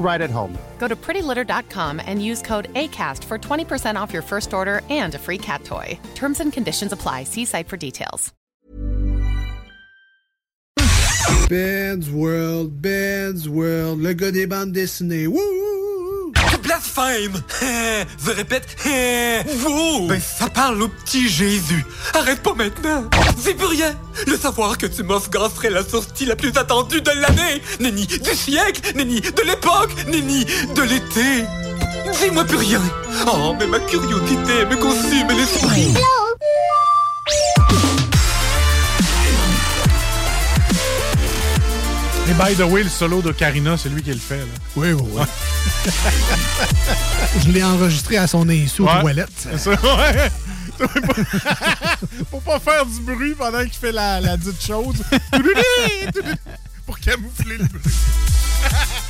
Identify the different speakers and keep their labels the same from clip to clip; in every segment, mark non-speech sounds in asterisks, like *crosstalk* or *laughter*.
Speaker 1: right at home.
Speaker 2: Go to prettylitter.com and use code ACAST for 20% off your first order and a free cat toy. Terms and conditions apply. See site for details.
Speaker 3: Ben's World, Ben's World, le gars des bandes dessinées. Wouhou!
Speaker 4: Blasphème! *laughs* Je répète, *laughs* wow! Mais Ben, ça parle au petit Jésus! Arrête pas maintenant! C'est plus rien! Le savoir que tu m'offres serait la sortie la plus attendue de l'année! Nenni du siècle! Nenni de l'époque! Nenni de l'été! Dis-moi plus rien! Oh, mais ma curiosité me consume l'esprit!
Speaker 5: Et by the way, le solo de Karina, c'est lui qui le fait. Là.
Speaker 3: Oui, oui, oui. Je l'ai enregistré à son insu
Speaker 5: Ouais.
Speaker 3: au wallet.
Speaker 5: C'est ça, ouais. Pour pas *laughs* faire du bruit pendant qu'il fait la, la dite chose. *laughs* Pour camoufler le bruit.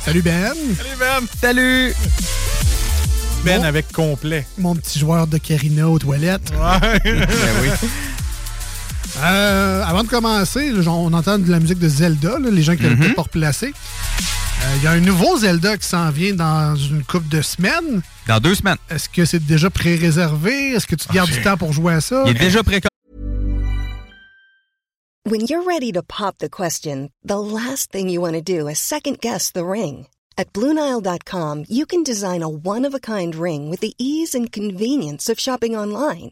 Speaker 3: Salut Ben,
Speaker 5: Allez, Ben. Salut. Ben
Speaker 3: Bon.
Speaker 5: avec complet.
Speaker 3: mon petit joueur de Karina aux toilettes.
Speaker 5: *laughs* Ouais.
Speaker 6: Ben
Speaker 3: Euh, avant de commencer, là, on entend de la musique de Zelda, là, les gens
Speaker 5: Mhm.
Speaker 3: qui n'ont peut-être pas replacé. Euh, Il y a un nouveau Zelda qui s'en vient dans une couple de semaines.
Speaker 6: Dans deux semaines.
Speaker 3: Est-ce que c'est déjà pré-réservé? Est-ce que tu te
Speaker 5: Ah,
Speaker 3: gardes du temps pour jouer à ça?
Speaker 6: Il est déjà pré
Speaker 7: When you're ready to pop the question, the last thing you want to do is second guess the ring. At Bluenile.com, you can design a one of a kind ring with the ease and convenience of shopping online.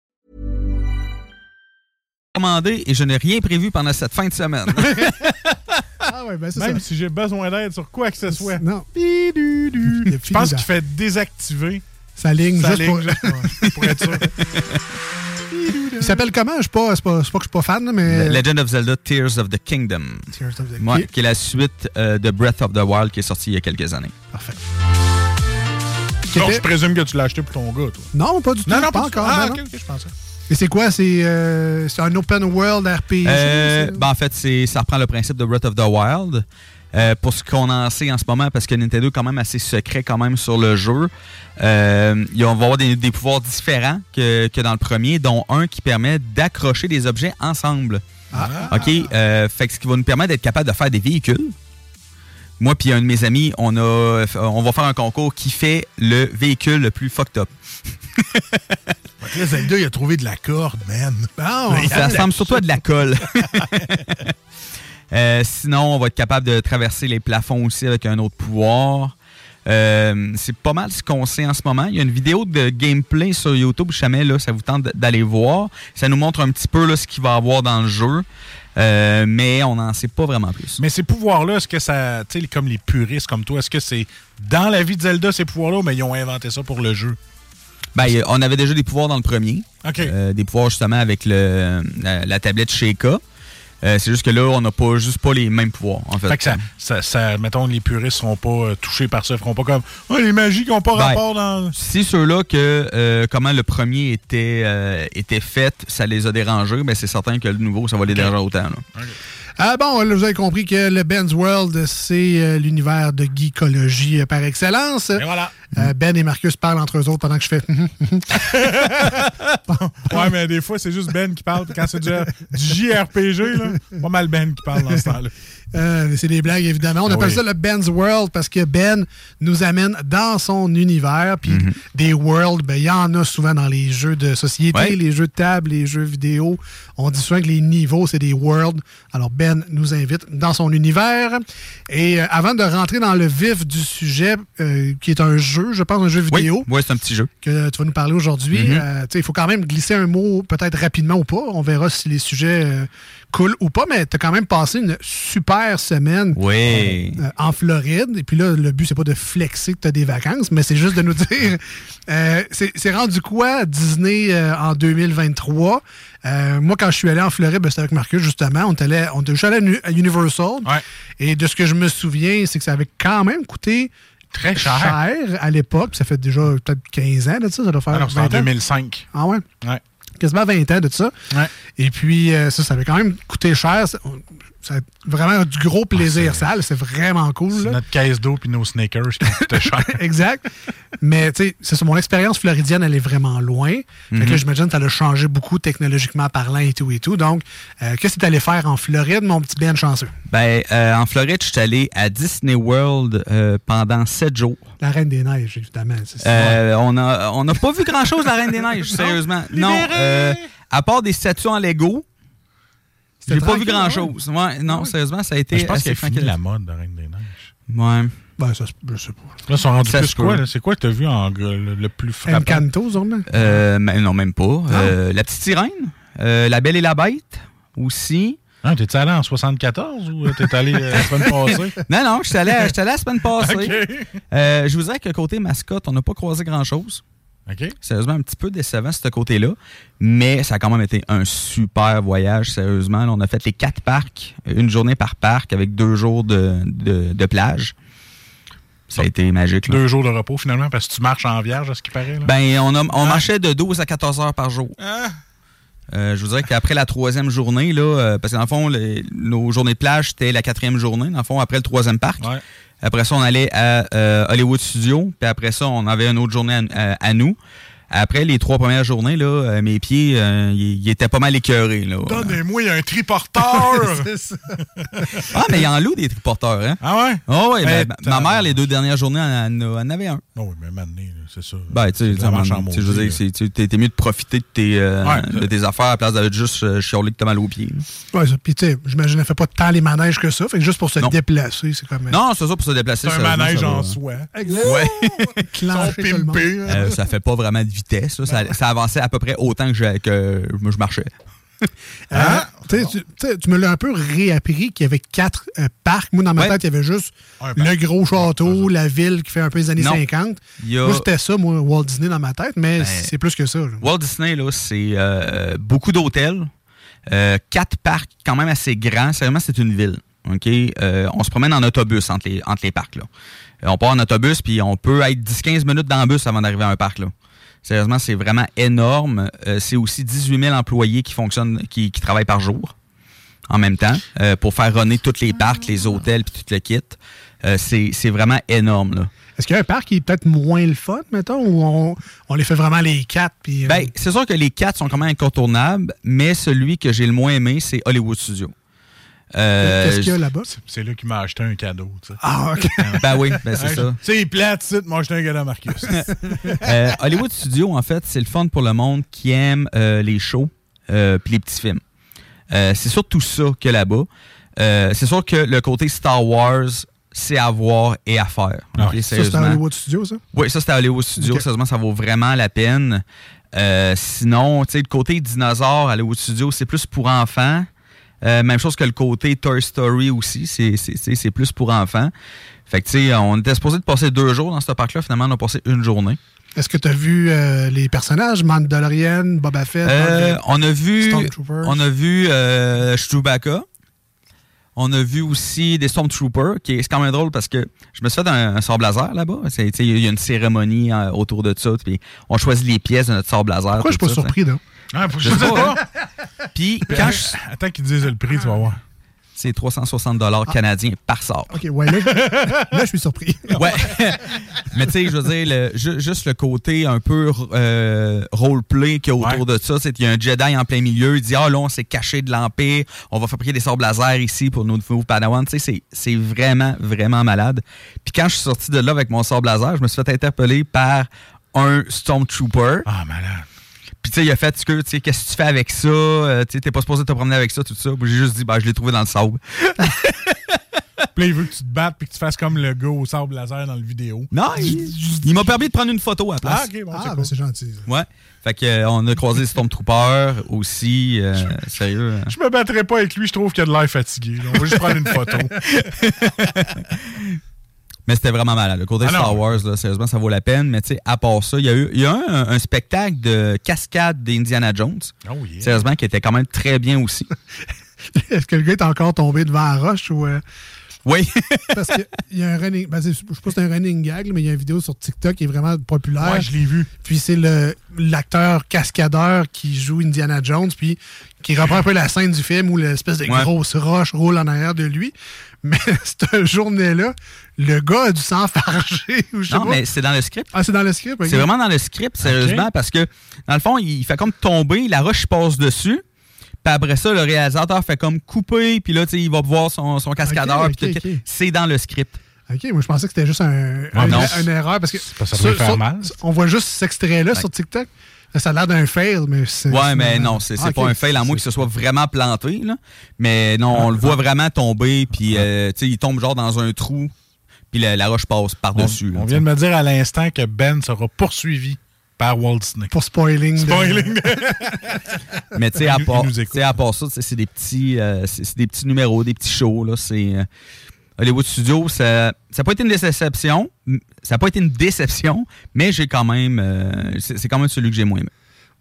Speaker 6: commandé et je n'ai rien prévu pendant cette fin de semaine.
Speaker 3: Ah ouais, ben c'est
Speaker 5: Même
Speaker 3: ça.
Speaker 5: si j'ai besoin d'aide sur quoi que ce soit.
Speaker 3: Non,
Speaker 5: Bidudu.
Speaker 3: *laughs* Il y a plus
Speaker 5: Je pense
Speaker 3: d'aide.
Speaker 5: qu'il fait désactiver
Speaker 3: sa ligne,
Speaker 5: sa
Speaker 3: juste
Speaker 5: ligne
Speaker 3: pour-
Speaker 5: juste pour, pour être sûr.
Speaker 3: *laughs* Il s'appelle comment? Je sais pas, c'est pas, c'est pas que je suis pas fan, mais...
Speaker 6: Legend of Zelda Tears of the Kingdom.
Speaker 3: Euh, Tears of the-
Speaker 6: Ouais,
Speaker 3: Ok,
Speaker 6: qui est la suite euh, de Breath of the Wild qui est sortie il y a quelques années.
Speaker 3: Parfait. Qui
Speaker 5: Non,
Speaker 3: était-
Speaker 5: je présume que tu l'as acheté pour ton gars, toi.
Speaker 3: Non, pas du tout.
Speaker 5: Non, non,
Speaker 3: pas
Speaker 5: pas du tout.
Speaker 3: encore.
Speaker 5: Ah,
Speaker 3: non,
Speaker 5: ok,
Speaker 3: non.
Speaker 5: ok, je pensais.
Speaker 3: Et c'est quoi? C'est euh, c'est un open world RPG?
Speaker 6: Euh,
Speaker 3: c'est-
Speaker 8: bah,
Speaker 6: ben, en fait, c'est- ça reprend le principe de Breath of the Wild. Euh, pour ce qu'on en sait en ce moment, parce que Nintendo est quand même assez secret quand même sur le jeu, euh, ils vont avoir des, des pouvoirs différents que, que dans le premier, dont un qui permet d'accrocher des objets ensemble.
Speaker 9: Ah.
Speaker 6: OK?
Speaker 3: Ah.
Speaker 6: Euh, fait que ce qui va nous permettre d'être capable de faire des véhicules. Moi puis un de mes amis, on, a, on va faire un concours qui fait le véhicule le plus fucked up.
Speaker 8: Là, Zelda, il a trouvé de la corde, man.
Speaker 3: Ah, ouais.
Speaker 6: Oh, Ça ressemble surtout à de la colle. *laughs* Euh, sinon, on va être capable de traverser les plafonds aussi avec un autre pouvoir. Euh, c'est pas mal ce qu'on sait en ce moment. Il y a une vidéo de gameplay sur YouTube, jamais là, ça vous tente d'aller voir. Ça nous montre un petit peu là, ce qu'il va y avoir dans le jeu, Euh, mais on n'en sait pas vraiment plus.
Speaker 5: Mais ces pouvoirs-là, est-ce que ça. Tu sais, comme les puristes comme toi, est-ce que c'est dans la vie de Zelda, ces pouvoirs-là, ou mais ils ont inventé ça pour le jeu?
Speaker 6: Ben, il y a- on avait déjà des pouvoirs dans le premier.
Speaker 5: OK.
Speaker 6: Euh, des pouvoirs justement avec le, la, la tablette Sheikah. Euh, c'est juste que là, on n'a pas juste pas les mêmes pouvoirs, en fait.
Speaker 5: Fait que ça, ça, ça- mettons, les puristes seront pas euh, touchés par ça, feront pas comme oh, les magies qui n'ont pas
Speaker 6: Ben,
Speaker 5: rapport
Speaker 6: *laughs*
Speaker 5: dans.
Speaker 6: Si ceux-là que euh, comment le premier était, euh, était fait, ça les a dérangés, mais c'est certain que le nouveau, ça va les déranger autant. là.
Speaker 3: Ah bon, là, vous avez compris que le Ben's World, c'est euh, l'univers de geekologie euh, par excellence.
Speaker 5: voilà.
Speaker 3: ben et Marcus parlent entre eux autres pendant que je fais. hum, hum, hum.
Speaker 5: Ouais, mais des fois, c'est juste Ben qui parle. Quand c'est du, du JRPG, là, pas mal Ben qui parle dans ce temps-là.
Speaker 3: Euh, c'est des blagues, évidemment. On
Speaker 5: Ah
Speaker 3: appelle
Speaker 5: oui.
Speaker 3: ça le Ben's World parce que Ben nous amène dans son univers. Puis
Speaker 6: Mhm.
Speaker 3: des worlds, ben, il y en a souvent dans les jeux de société,
Speaker 6: Ouais.
Speaker 3: les jeux de table, les jeux vidéo. On dit souvent que les niveaux, c'est des worlds. Alors, Ben nous invite dans son univers. Et euh, avant de rentrer dans le vif du sujet, euh, qui est un jeu, je pense, un jeu
Speaker 6: Oui,
Speaker 3: vidéo
Speaker 6: ouais, c'est un petit jeu.
Speaker 3: que tu vas nous parler aujourd'hui.
Speaker 6: Mhm.
Speaker 3: Euh, tu sais, il faut quand même glisser un mot, peut-être rapidement ou pas. On verra si les sujets euh, coulent ou pas, mais tu as quand même passé une super semaine
Speaker 6: Oui.
Speaker 3: euh, en Floride. Et puis là, le but, c'est pas de flexer que tu as des vacances, mais c'est juste de nous *laughs* dire euh, c'est c'est rendu quoi Disney euh, en 2023 Euh, Moi, quand je suis allé en Floride, ben, c'était avec Marcus, justement. On est allé, on était- je suis allé à Nu- à Universal.
Speaker 5: Ouais.
Speaker 3: Et de ce que je me souviens, c'est que ça avait quand même coûté
Speaker 5: Très cher.
Speaker 3: à l'époque. Ça fait déjà peut-être 15 ans de ça. Ça doit faire
Speaker 5: Ah non, c'était en
Speaker 3: 20 ans.
Speaker 5: 2005.
Speaker 3: Ah ouais?
Speaker 5: Ouais.
Speaker 3: Quasiment 20 ans de ça.
Speaker 5: Ouais.
Speaker 3: Et puis, euh, ça, ça avait quand même coûté cher. Ça, on- ça a vraiment du gros plaisir sale. C'est vraiment cool.
Speaker 5: Ah, C'est
Speaker 3: là.
Speaker 5: notre caisse d'eau puis nos sneakers qui
Speaker 6: *laughs*
Speaker 5: coûtaient cher.
Speaker 3: exact. Mais, tu sais, c'est ça, mon expérience floridienne, elle est vraiment loin. Fait
Speaker 5: Mhm.
Speaker 3: que là, j'imagine que ça a changé beaucoup technologiquement parlant et tout et tout. Donc, euh, qu'est-ce que tu allé faire en Floride, mon petit Ben chanceux?
Speaker 6: Ben, euh, en Floride, je suis allé à Disney World euh, pendant sept jours.
Speaker 3: La Reine des Neiges, évidemment. c'est-
Speaker 6: Euh, on n'a on a pas vu grand-chose à la Reine
Speaker 5: *laughs*
Speaker 6: des Neiges, sérieusement. Non, euh, à part des statues en Lego,
Speaker 3: C'était
Speaker 6: j'ai pas vu
Speaker 3: tranquille,
Speaker 5: hein?
Speaker 3: ouais.
Speaker 6: grand-chose. Ouais, non, sérieusement, ça a été
Speaker 5: Mais Ah Ben, Je pense
Speaker 6: assez
Speaker 5: qu'elle a fini
Speaker 6: tranquille.
Speaker 5: la mode de Reine des Neiges.
Speaker 6: Ouais.
Speaker 3: Ben, ça, je sais pas.
Speaker 5: Là, ils sont rendus
Speaker 6: Ça
Speaker 5: plus
Speaker 6: se
Speaker 5: quoi?
Speaker 6: peut.
Speaker 5: là? C'est quoi que t'as vu en, le, le plus frappant?
Speaker 3: Encanto, sûrement.
Speaker 6: Euh, mais non, même pas.
Speaker 5: Ah.
Speaker 6: Euh, la petite sirène, euh, la belle et la bête aussi.
Speaker 5: Hein, t'es-tu allé en 74 ou euh, t'es allé euh, la
Speaker 6: *laughs*
Speaker 5: semaine passée?
Speaker 6: Non, non, je suis allé, j'étais allé la semaine passée.
Speaker 5: OK.
Speaker 6: Euh, je vous dirais que côté mascotte, on n'a pas croisé grand-chose.
Speaker 5: OK.
Speaker 6: Sérieusement, un petit peu décevant, ce côté-là. Mais ça a quand même été un super voyage, sérieusement. Là, on a fait les quatre parcs, une journée par parc, avec deux jours de, de- de plage. Ça a été magique. là.
Speaker 5: Deux jours de repos finalement parce que tu marches en vierge à ce qui paraît. Là.
Speaker 6: Ben, on, a-
Speaker 5: Hein?
Speaker 6: on marchait de 12 à 14 heures par jour.
Speaker 5: Ah!
Speaker 6: Euh, je vous dirais qu'après la troisième journée, là, euh, parce que dans le fond, les- nos journées de plage, c'était la quatrième journée, dans le fond, après le troisième parc.
Speaker 5: Ouais.
Speaker 6: Après ça, on allait à euh, Hollywood Studio, puis après ça, on avait une autre journée à, à- à nous. Après les trois premières journées, là, euh, mes pieds, euh, ils ils étaient pas mal écœurés. Là.
Speaker 5: Donnez-moi, il y a un
Speaker 3: *laughs*
Speaker 5: triporteur!
Speaker 6: Ah, mais il en loue des triporteurs, hein?
Speaker 5: ah ouais?
Speaker 6: Oh, oui,
Speaker 5: Mais
Speaker 6: ben,
Speaker 5: t'as-
Speaker 6: ma mère, les deux dernières journées, en, en- en avait un.
Speaker 5: Non, Ah oui, mais maintenant, c'est ça.
Speaker 6: Ben, tu sais,
Speaker 5: Ça marche en
Speaker 6: tu sais, je veux
Speaker 5: maudit,
Speaker 6: dire,
Speaker 5: là.
Speaker 6: c'est- tu sais, t'es t'es mieux de profiter de tes, euh,
Speaker 5: Ouais.
Speaker 6: de tes affaires à la place d'aller juste euh, chialer que t'as mal aux pieds. là.
Speaker 3: Ouais, ça- puis tu sais, j'imagine qu'elle fait pas tant les manèges que ça. Fait que juste pour se
Speaker 6: Non.
Speaker 3: déplacer, c'est comme... euh,
Speaker 6: Non, c'est ça, pour se déplacer.
Speaker 5: C'est un
Speaker 6: sérieusement,
Speaker 5: manège
Speaker 6: ça va.
Speaker 5: en soi.
Speaker 6: Ouais.
Speaker 3: *laughs* Clencher tout le monde.
Speaker 5: pimpés.
Speaker 6: Euh, ça fait pas vraiment de vitesse. là. Ça, ça avançait à peu près autant que je, que je marchais.
Speaker 3: Hein? Tu sais, tu- tu sais, tu me l'as un peu réappris qu'il y avait quatre euh, parcs. Moi, dans ma
Speaker 6: Ouais.
Speaker 3: tête, il y avait juste
Speaker 5: Un parc.
Speaker 3: le gros château, la ville qui fait un peu les années
Speaker 6: Non.
Speaker 3: 50.
Speaker 6: Il y a- Ben,
Speaker 3: Moi, c'était ça, moi, Walt Disney dans ma tête, mais c'est plus que ça. là.
Speaker 6: Walt Disney, là, c'est euh, beaucoup d'hôtels, euh, quatre parcs quand même assez grands. Sérieusement, c'est une ville. OK? Euh, on se promène en autobus entre les, entre les parcs. Là. Euh, on part en autobus, puis on peut être 10-15 minutes dans le bus avant d'arriver à un parc. Là. Sérieusement, c'est vraiment énorme. Euh, c'est aussi 18 000 employés qui fonctionnent, qui, qui travaillent par jour en même temps euh, pour faire runner tous les parcs, les hôtels, puis tout le kit. Euh, c'est c'est vraiment énorme. Là.
Speaker 3: Est-ce qu'il y a un parc qui est peut-être moins le fun, mettons, ou on, on les fait vraiment les quatre? Puis, euh,
Speaker 6: Ben, c'est sûr que les quatre sont quand même incontournables, mais celui que j'ai le moins aimé, c'est Hollywood Studio. Euh,
Speaker 3: qu'est-ce qu'il y a là-bas?
Speaker 5: C'est là qu'il m'a acheté un cadeau. tu sais.
Speaker 3: Ah, OK.
Speaker 6: Ben oui, ben c'est
Speaker 5: Ouais, *laughs*
Speaker 6: ça.
Speaker 5: Tu sais, il plate, tu moi j'étais un gars à Marcus.
Speaker 6: *laughs* Euh, Hollywood Studio, en fait, c'est le fun pour le monde qui aime euh, les shows euh, puis les petits films. Euh, c'est surtout ça que là-bas. Euh, c'est sûr que le côté Star Wars, c'est à voir et à faire.
Speaker 5: Ah
Speaker 6: Ok,
Speaker 5: oui.
Speaker 3: ça, c'est
Speaker 6: sérieusement.
Speaker 3: un Hollywood Studio, ça?
Speaker 6: Oui, ça, c'était à aller au studio.
Speaker 3: Ok.
Speaker 6: Sérieusement, ça vaut vraiment la peine. Euh, sinon, tu sais, le côté dinosaure, aller au studio, c'est plus pour enfants. Euh, même chose que le côté Toy Story aussi, c'est- c'est c'est- c'est plus pour enfants. Fait que, tu sais, on était supposé de passer deux jours dans ce parc-là. Finalement, on a passé une journée.
Speaker 3: Est-ce que tu as vu euh, les personnages? Mandalorian, Boba Fett?
Speaker 6: Euh,
Speaker 3: Boba Fett?
Speaker 6: on a vu,
Speaker 3: Stormtroopers.
Speaker 6: on a vu euh, Chewbacca. On a vu aussi des Stormtroopers, qui est c'est quand même drôle parce que je me suis fait un, un sort laser là-bas. C'est- tu sais, Il y a une cérémonie euh, autour de ça, puis on choisit les pièces de notre sort laser.
Speaker 3: Pourquoi je suis pas surpris, là?
Speaker 5: Ah,
Speaker 6: je
Speaker 3: *laughs*
Speaker 5: *laughs*
Speaker 6: sais pas. Puis quand je-
Speaker 5: Attends qu'ils disent le prix, tu vas voir.
Speaker 6: C'est 360
Speaker 3: Ah.
Speaker 6: canadiens par sort.
Speaker 3: OK, ouais, là, là, je suis surpris. *laughs*
Speaker 6: Ouais. *laughs* Mais tu sais, je veux dire, le- ju- juste le côté un peu euh, roleplay qu'il y a autour de ça, c'est qu'il y a un Jedi en plein milieu, il dit Ah là, on s'est caché de l'Empire, on va fabriquer des sables laser ici pour nos nouveaux Padawan. Tu sais, c'est- c'est vraiment, vraiment malade. Puis quand je suis sorti de là avec mon sable laser, je me suis fait interpeller par un Stormtrooper.
Speaker 5: Ah, malade.
Speaker 6: Puis tu sais, il a fait Tu sais, qu'est-ce que tu fais avec ça Euh, Tu sais, t'es pas supposé te promener avec ça, tout ça. Puis J'ai juste dit Ben, je l'ai trouvé dans le sable.
Speaker 5: Puis là, il veut que tu te battes puis que tu fasses comme le gars au sable laser dans le vidéo.
Speaker 6: Non, il, il m'a permis de prendre une photo à la place.
Speaker 5: Ah, ok, bon, c'est
Speaker 3: Ah,
Speaker 5: cool.
Speaker 3: ben, c'est gentil. ça. *laughs*
Speaker 6: Ouais. Fait que euh, on a croisé Stormtrooper aussi. euh, sérieux. hein.
Speaker 5: Je me battrai pas avec lui, je trouve qu'il a de l'air fatigué. là. On va juste prendre une photo.
Speaker 6: Mais c'était vraiment malade. Le côté
Speaker 5: Ah non.
Speaker 6: Star Wars, là, sérieusement, ça vaut la peine. Mais tu sais, à part ça, il y a eu, il y a eu un, un spectacle de cascade d'Indiana Jones.
Speaker 5: Oh, yeah.
Speaker 6: Sérieusement, qui était quand même très bien aussi.
Speaker 3: Est-ce que le gars est encore tombé devant la roche ou. euh,
Speaker 6: *laughs* Oui.
Speaker 3: Parce qu'il y a un running. ben, c'est- je sais pas si c'est un running gag, là, mais il y a une vidéo sur TikTok qui est vraiment populaire.
Speaker 5: Ouais, je l'ai vu.
Speaker 3: Puis c'est le l'acteur cascadeur qui joue Indiana Jones, puis qui reprend un peu la scène du film où l'espèce de
Speaker 6: Ouais.
Speaker 3: grosse roche roule en arrière de lui. Mais *laughs* cette journée-là, le gars a du sang fargé ou je sais
Speaker 6: non,
Speaker 3: pas.
Speaker 6: mais c'est dans le script.
Speaker 3: Ah, c'est dans le script. ok.
Speaker 6: C'est vraiment dans le script, sérieusement, parce que, dans le fond, il fait comme tomber, la roche passe dessus. Puis après ça, le réalisateur fait comme couper, puis là, tu sais, il va voir son, son cascadeur.
Speaker 3: Ok,
Speaker 6: puis
Speaker 3: ok,
Speaker 6: tout-
Speaker 3: ok.
Speaker 6: C'est dans le script.
Speaker 3: Ok, moi je pensais que c'était juste un, un-
Speaker 6: non.
Speaker 3: une erreur parce que
Speaker 5: parce que ça doit faire mal.
Speaker 3: on voit juste cet extrait-là sur TikTok. Ça a l'air d'un fail, mais c'est.
Speaker 6: Ouais,
Speaker 3: c'est-
Speaker 6: mais non, c'est c'est
Speaker 3: Ah,
Speaker 6: pas
Speaker 3: ok.
Speaker 6: un fail à moins que ce soit vraiment planté. Là. Mais non, on le voit
Speaker 5: Ah.
Speaker 6: vraiment tomber, puis euh, tu sais, il tombe genre dans un trou, puis la, la roche passe par-dessus.
Speaker 5: On
Speaker 6: là,
Speaker 5: vient de me dire à l'instant que Ben sera poursuivi par Walt Disney.
Speaker 3: Pour spoiling. de-
Speaker 5: Spoiling.
Speaker 6: t'sais. Mais tu sais, à,
Speaker 5: *laughs* Il- il
Speaker 6: part-
Speaker 5: nous
Speaker 6: tu
Speaker 5: écoute.
Speaker 6: sais, à part ça, tu sais, c'est des, petits, euh, c'est c'est des petits numéros, des petits shows. Là, c'est, euh, Hollywood Studios, ça n'a pas été une déception, m- ça n'a pas été une déception, mais j'ai quand même, euh, c'est c'est quand même celui que j'ai moins aimé.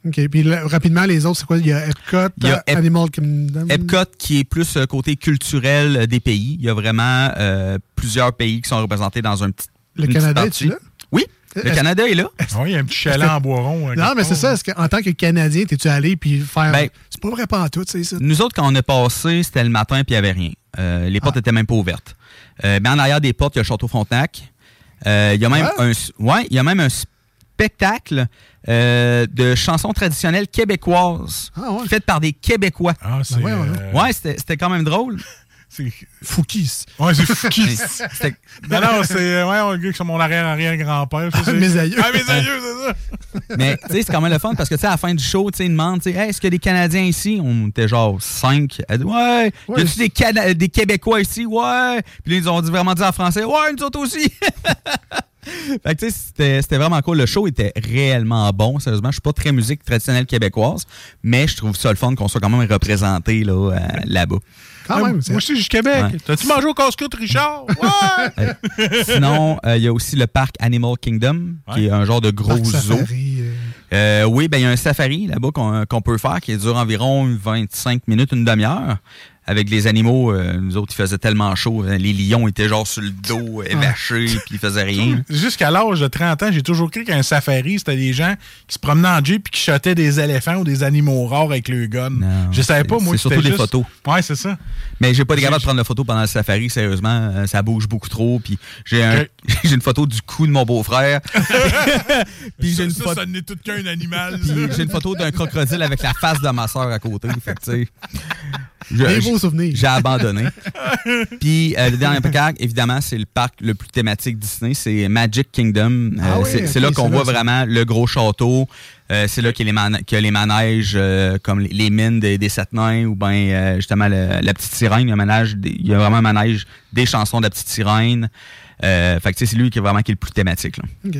Speaker 3: OK. Puis là, rapidement, les autres, c'est quoi? Il y a Epcot,
Speaker 6: Il y a
Speaker 3: euh,
Speaker 6: Ep-
Speaker 3: Animal Kingdom.
Speaker 6: Epcot, qui est plus euh, côté culturel euh, des pays. Il y a vraiment euh, plusieurs pays qui sont représentés dans un petit.
Speaker 3: Le
Speaker 6: une petite
Speaker 3: Canada,
Speaker 6: partie.
Speaker 3: est-tu là? Euh,
Speaker 6: Oui, le
Speaker 3: Est-ce-
Speaker 6: Canada est là.
Speaker 5: Ah oui, il y a un petit chalet en bois rond. hein,
Speaker 3: Non,
Speaker 5: quelque
Speaker 3: mais c'est
Speaker 5: part,
Speaker 3: ça.
Speaker 5: là.
Speaker 3: Est-ce que, en tant que Canadien, t'es-tu allé puis faire.
Speaker 6: Ben-
Speaker 3: c'est pas vrai pas en tout, c'est ça.
Speaker 6: Nous autres, quand on est passé, c'était le matin puis il n'y avait rien. Euh, les
Speaker 3: Ah.
Speaker 6: portes n'étaient même pas ouvertes. Euh, mais en arrière des portes, il y a le Château Frontenac. Euh, Il y a même
Speaker 3: Ah.
Speaker 6: un, s- ouais, il y a même un spectacle euh, de chansons traditionnelles québécoises
Speaker 3: Ah ouais.
Speaker 6: faites par des Québécois.
Speaker 5: Ah, c'est.
Speaker 3: ouais, ouais, ouais.
Speaker 5: euh,
Speaker 6: Ouais, c'était c'était quand même drôle.
Speaker 5: c'est-
Speaker 3: Fouquis.
Speaker 5: Ouais, c'est Fouki.
Speaker 6: *laughs* C'était-
Speaker 3: Ben
Speaker 5: non, non, c'est. euh, Ouais, on le gars qui sont mon arrière-arrière-grand-père. ça, c'est-
Speaker 3: Mes aïeux.
Speaker 5: Ah, mes aïeux, c'est ça.
Speaker 6: Mais tu sais, c'est quand même le fun parce que tu sais, à la fin du show, tu sais, ils demandent, tu sais, Hey, est-ce qu'il y a des Canadiens ici? On était genre 5. Elle dit, ouais, y a-tu des, Cana- des Québécois ici? Ouais. Puis là, ils ont dit, vraiment dit en français, ouais, nous autres aussi. *laughs* fait que tu sais, c'était c'était vraiment cool. Le show était réellement bon. Sérieusement, je suis pas très musique traditionnelle québécoise, mais je trouve ça le fun qu'on soit quand même représenté là, euh, là-bas.
Speaker 3: Quand même. c'est-
Speaker 5: Moi, je suis du Québec.
Speaker 6: Ouais.
Speaker 5: T'as-tu mangé au casse-croûte, *laughs* Richard? Ouais!
Speaker 6: Euh, sinon, euh, il y a aussi le parc Animal Kingdom, qui
Speaker 5: Ouais.
Speaker 6: est un genre de gros
Speaker 3: Parc
Speaker 6: zoo.
Speaker 3: Safari, euh,
Speaker 6: Euh, oui, ben il y a un safari là-bas qu'on qu'on peut faire qui dure environ 25 minutes, une demi-heure. Avec les animaux, euh, nous autres, il faisait tellement chaud. hein, Les lions étaient genre sur le dos, évachés, puis ils faisaient rien.
Speaker 5: Jusqu'à l'âge de 30 ans, j'ai toujours cru qu'un safari, c'était des gens qui se promenaient en jeep et qui shotaient des éléphants ou des animaux rares avec le gun.
Speaker 6: Non,
Speaker 5: je savais pas,
Speaker 6: c'est-
Speaker 5: moi,
Speaker 6: c'est
Speaker 5: que c'était
Speaker 6: surtout des
Speaker 5: juste-
Speaker 6: photos.
Speaker 5: Ouais, c'est ça.
Speaker 6: Mais j'ai pas été capable de prendre la photo pendant le safari, sérieusement. euh, ça bouge beaucoup trop. Puis j'ai un-
Speaker 5: Ok.
Speaker 6: *laughs* j'ai une photo du cou de
Speaker 5: *laughs*
Speaker 6: mon beau-frère. puis j'ai une
Speaker 5: ça,
Speaker 6: photo-
Speaker 5: ça n'est tout qu'un animal. *laughs*
Speaker 6: puis j'ai une photo d'un crocodile avec la face de ma soeur à côté. Fait que, tu sais, je-
Speaker 3: Des
Speaker 6: je-
Speaker 3: beaux souvenirs.
Speaker 6: J'ai abandonné. Puis euh, le dernier parc, évidemment, c'est le parc le plus thématique Disney, c'est Magic Kingdom. Euh,
Speaker 3: Ah oui,
Speaker 6: c'est
Speaker 3: ok,
Speaker 6: c'est là
Speaker 3: c'est
Speaker 6: qu'on
Speaker 3: là,
Speaker 6: voit
Speaker 3: ça.
Speaker 6: vraiment le gros château. Euh, c'est là qu'il y a les, man- qu'il y a les manèges euh, comme les, les mines des, des sept nains ou ben euh, justement le- la petite sirène. Il y, a un manège, des- il y a vraiment un manège des chansons de la petite sirène. Euh, fait que tu sais, c'est lui qui est vraiment qui est le plus thématique. là.
Speaker 3: OK.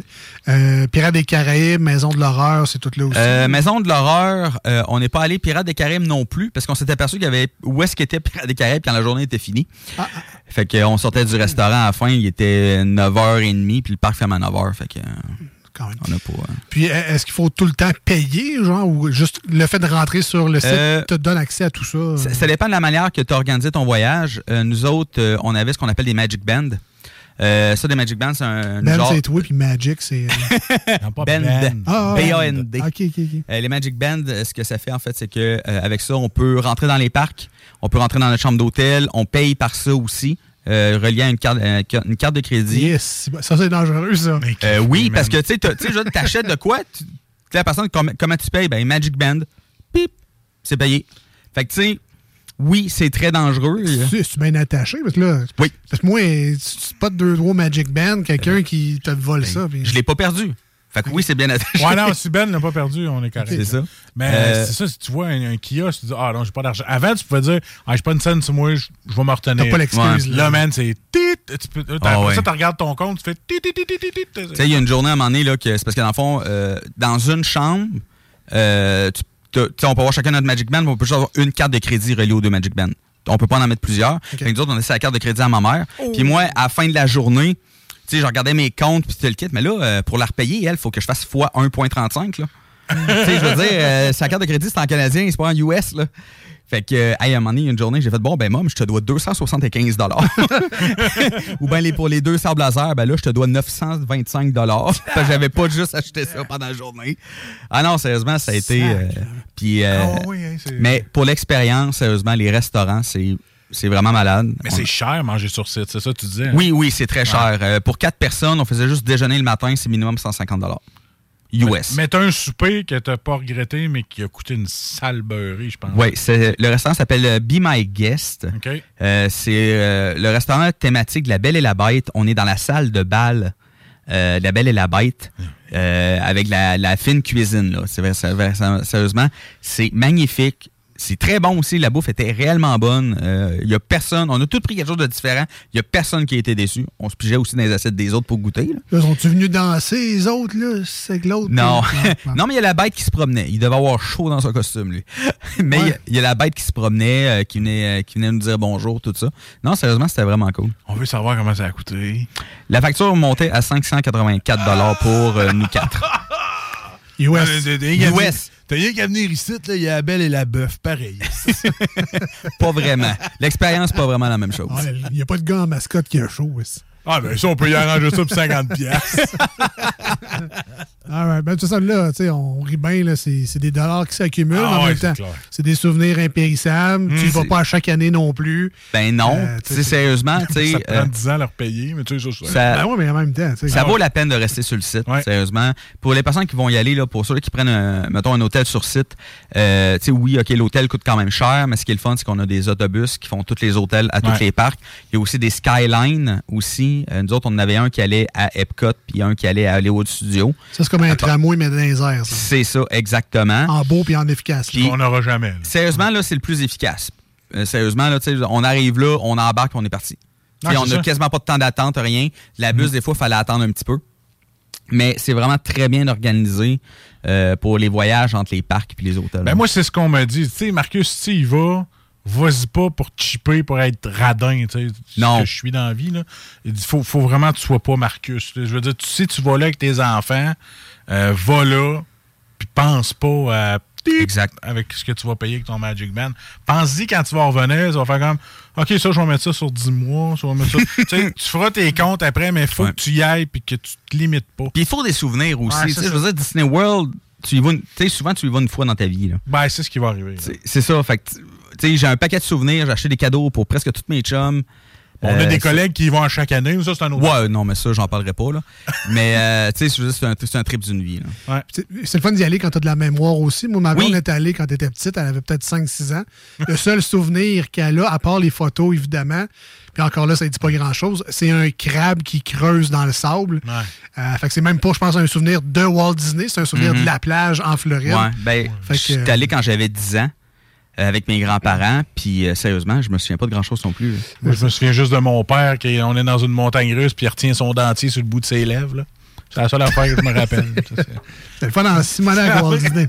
Speaker 3: Euh, Pirates des Caraïbes, Maison de l'horreur, c'est tout là aussi.
Speaker 6: Euh, Maison de l'horreur, euh, on n'est pas allé Pirates des Caraïbes non plus parce qu'on s'est aperçu qu'il y avait où est-ce qu'était Pirates des Caraïbes quand la journée était finie.
Speaker 3: Ah,
Speaker 6: Fait que euh, on sortait du restaurant à la fin, il était 9h30 puis le parc ferme à 9h. Fait que euh,
Speaker 3: quand même.
Speaker 6: On n'a pas. hein.
Speaker 3: Puis e- est-ce qu'il faut tout le temps payer, genre, ou juste le fait de rentrer sur le site
Speaker 6: Euh,
Speaker 3: te donne accès à tout ça?
Speaker 6: Ça, ça dépend de la manière que tu as organisé ton voyage. Euh, nous autres, euh, on avait ce qu'on appelle des Magic Bands. Euh, ça, des Magic Bands, c'est un
Speaker 3: Ben,
Speaker 6: genre...
Speaker 3: c'est toi, puis Magic,
Speaker 6: *laughs*
Speaker 3: c'est. euh,
Speaker 5: Non, pas
Speaker 6: Band.
Speaker 5: Ben.
Speaker 3: Ah, ah,
Speaker 6: B-A-N-D.
Speaker 3: ah, Ok, ok, ok.
Speaker 6: Euh, les Magic Band, euh, ce que ça fait en fait, c'est que euh, avec ça, on peut rentrer dans les parcs, on peut rentrer dans notre chambre d'hôtel, on paye par ça aussi, euh, relié à une carte, euh, une carte de crédit.
Speaker 3: Yes, ça c'est dangereux, ça.
Speaker 6: Euh, oui, parce que tu sais, t'as- tu sais, je- t'achètes de quoi? Tu- La personne, com- comment tu payes? Ben, Magic Band, pip, c'est payé. Fait que tu sais, oui, c'est très dangereux.
Speaker 3: Tu tu es bien attaché, parce que là,
Speaker 6: Oui. Euh,
Speaker 3: parce que moi, tu tu spots deux, trois Magic Band, quelqu'un qui te vole ça. puis-
Speaker 6: ben, Je l'ai pas perdu. Fait que oui, c'est bien attaché.
Speaker 5: Ouais, non, si Ben n'a pas perdu, on est correct.
Speaker 6: C'est ça.
Speaker 5: Mais
Speaker 6: Euh,
Speaker 5: c'est ça, si tu vois un, un kiosque, tu dis Ah non, j'ai pas d'argent. Avant, tu pouvais dire Ah, j'ai pas une scène sur moi, je je vais me retenir.
Speaker 3: T'as pas l'excuse,
Speaker 5: Ouais.
Speaker 3: là.
Speaker 5: Là, man, c'est tit. Tu peux, t'as-
Speaker 6: Ah,
Speaker 5: après
Speaker 6: ouais.
Speaker 5: ça, tu regardes ton compte, tu fais tit, tit, tit, tit, tit, tit.
Speaker 6: Tu sais, il y a une journée à un moment donné, là, que c'est parce que dans le fond, euh, dans une chambre, euh, tu- t'as- tu sais, on peut avoir chacun notre Magic Band, mais on peut juste avoir une carte de crédit reliée aux deux Magic Bands. On peut pas en mettre plusieurs. Fait que nous autres, on a laissé la carte de crédit à ma mère. Puis moi, à la fin de la journée, tu sais, je regardais mes comptes, puis c'était le kit. Mais là, euh, pour la repayer, elle, faut que je fasse fois 1,35, là. tu sais, je veux dire, euh, sa carte de crédit, c'est en canadien, c'est pas en US, là. Fait que, euh, hey, à un moment donné, il y a une journée, j'ai fait, bon, ben, mom, je te dois 275 Ou bien les, pour les deux sables laser, ben là, je te dois 925 Parce que j'avais pas juste acheté ça pendant la journée. Ah non, sérieusement, ça a été. euh, puis, euh,
Speaker 5: Ah oui, hein, c'est-
Speaker 6: mais pour l'expérience, sérieusement, les restaurants, c'est c'est vraiment malade.
Speaker 5: Mais
Speaker 6: On-
Speaker 5: c'est cher manger sur site, c'est ça, que tu disais. hein?
Speaker 6: Oui, oui, c'est très cher. Euh, pour quatre personnes, on faisait juste déjeuner le matin, c'est minimum 150 US.
Speaker 5: Mais t'as un souper que t'as pas regretté, mais qui a coûté une sale beurrée, je pense.
Speaker 6: Oui, c'est- le restaurant s'appelle euh, Be My Guest.
Speaker 5: OK.
Speaker 6: Euh, c'est euh, le restaurant thématique de La Belle et la Bête. On est dans la salle de bal euh, de La Belle et la Bête euh, avec la, la fine cuisine. Là. C'est vrai, c'est vrai, c'est- sérieusement, c'est magnifique. C'est très bon aussi. La bouffe était réellement bonne. Euh, Il y a personne. On a tout pris quelque chose de différent. Il y a personne qui a été déçu. On se pigeait aussi dans les assiettes des autres pour goûter. là.
Speaker 3: Là, sont-tu venus danser, les autres, là? C'est que l'autre.
Speaker 6: Non.
Speaker 3: là?
Speaker 6: *laughs* non, mais il y a la bête qui se promenait. Il devait avoir chaud dans son costume, lui. *laughs* mais il y a- il y, a la bête qui se promenait, euh, qui, venait, euh, qui venait nous dire bonjour, tout ça. Non, sérieusement, c'était vraiment cool.
Speaker 5: On veut savoir comment ça a coûté.
Speaker 6: La facture montait à 584 pour euh, nous quatre.
Speaker 8: Ouais,
Speaker 5: Ah,
Speaker 3: US.
Speaker 8: t'as- t'as rien qu'à venir-
Speaker 6: US.
Speaker 8: T'as rien qu'à venir ici, là, il y a la belle et la bœuf, pareil.
Speaker 6: Pas vraiment. L'expérience, pas vraiment la même chose.
Speaker 3: Ouais, Ah, Il n'y a pas de gars en mascotte qui a chaud, aussi.
Speaker 5: Ah, ben ça, on peut y arranger ça pour 50$. piastres.
Speaker 3: Ah ouais, ben tout ça, là, tu sais, on rit bien, là, c'est c'est des dollars qui s'accumulent
Speaker 5: Ah
Speaker 3: en
Speaker 5: ouais,
Speaker 3: même
Speaker 5: c'est
Speaker 3: temps.
Speaker 5: clair.
Speaker 3: C'est des souvenirs impérissables. tu y vas
Speaker 6: Hmm, C'est-
Speaker 3: pas à chaque année non plus.
Speaker 6: Ben non.
Speaker 3: Euh,
Speaker 6: tu sais, sérieusement, tu sais.
Speaker 5: ça
Speaker 6: euh,
Speaker 5: prend 10 ans à leur payer, mais tu sais, ça, je-
Speaker 6: ça-
Speaker 3: Ben ouais, mais en même temps, tu sais.
Speaker 6: Ah, Ça vaut la peine de rester sur le site,
Speaker 5: Ah Ouais.
Speaker 6: sérieusement. Pour les personnes qui vont y aller, là, pour ceux qui prennent, un, mettons, un hôtel sur site, euh, tu sais, oui, OK, l'hôtel coûte quand même cher, mais ce qui est le fun, c'est qu'on a des autobus qui font tous les hôtels à tous
Speaker 5: Ouais.
Speaker 6: les parcs. Il y a aussi des skylines aussi. Euh, nous autres, on en avait un qui allait à Epcot, puis un qui allait à Hollywood Studio.
Speaker 3: Ça, c'est comme un tramway, mais dans les airs, ça.
Speaker 6: C'est ça, exactement.
Speaker 3: En beau puis en efficace. là.
Speaker 5: on n'aura jamais. là.
Speaker 6: Sérieusement, là, c'est le plus efficace. Euh, sérieusement, là, tu sais, on arrive là, on embarque, on est parti.
Speaker 5: Ah,
Speaker 6: Puis
Speaker 5: c'est
Speaker 6: on
Speaker 5: ça.
Speaker 6: n'a quasiment pas de temps d'attente, rien. La bus, des fois, il fallait attendre un petit peu. Mais c'est vraiment très bien organisé euh, pour les voyages entre les parcs et les hôtels.
Speaker 5: Ben moi, c'est ce qu'on m'a dit. Tu sais, Marcus, si il va, vas-y pas pour te chipper, pour être radin. Tu sais, ce
Speaker 6: Non.
Speaker 5: que je suis dans la vie. Là. Il dit, faut, faut vraiment que tu sois pas Marcus. Je veux dire, tu sais, tu vas là avec tes enfants, euh, va là, puis pense pas à.
Speaker 6: Exact.
Speaker 5: Avec ce que tu vas payer avec ton Magic Band. Pense-y quand tu vas revenir, ça va faire comme OK, ça, je vais mettre ça sur 10 mois, ça, je vais
Speaker 6: *laughs*
Speaker 5: mettre ça. tu sais, tu feras tes comptes après, mais faut
Speaker 6: Ouais.
Speaker 5: que tu y ailles puis que tu te limites pas.
Speaker 6: Puis il faut des souvenirs aussi.
Speaker 5: Ouais,
Speaker 6: Tu
Speaker 5: c'est
Speaker 6: sais, je
Speaker 5: ça.
Speaker 6: veux dire, Disney World, tu y vas une- tu sais, souvent, tu y vas une fois dans ta vie. là.
Speaker 5: Ben, c'est ce qui va arriver. là.
Speaker 6: C'est- C'est ça. Fait que, tu sais, j'ai un paquet de souvenirs, j'ai acheté des cadeaux pour presque tous mes chums.
Speaker 5: On a
Speaker 6: Euh,
Speaker 5: des
Speaker 6: c'est-
Speaker 5: collègues qui y vont à chaque année, mais ça, c'est un autre.
Speaker 6: Ouais, non, mais ça, j'en parlerai pas. Là. mais euh, tu sais, je veux dire, c'est un, c'est un trip d'une vie. là.
Speaker 5: Ouais.
Speaker 3: C'est c'est le fun d'y aller quand t'as de la mémoire aussi. Moi, ma
Speaker 6: Oui.
Speaker 3: blonde est allée quand elle était petite, elle avait peut-être 5-6 ans. Le seul souvenir qu'elle a, à part les photos, évidemment, puis encore là, ça ne dit pas grand-chose, c'est un crabe qui creuse dans le sable.
Speaker 5: Ouais.
Speaker 3: Euh, fait que c'est même pas, je pense, un souvenir de Walt Disney, c'est un souvenir de la plage en Floride.
Speaker 6: Ouais, ben,
Speaker 3: Fait
Speaker 6: je
Speaker 3: que,
Speaker 6: suis
Speaker 3: euh,
Speaker 6: allé quand j'avais 10 ans euh, avec mes grands-parents, puis euh, sérieusement, je me souviens pas de grand-chose non plus. là.
Speaker 5: Moi, je me souviens juste de mon père, qui, on est dans une montagne russe, puis il retient son dentier sur le bout de ses lèvres. là. C'est la seule affaire que je me rappelle. Ça, c'est-
Speaker 3: C'était le fun en Simonac, Walt Disney.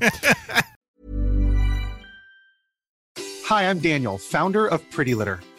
Speaker 1: Hi, I'm Daniel, founder of Pretty Litter.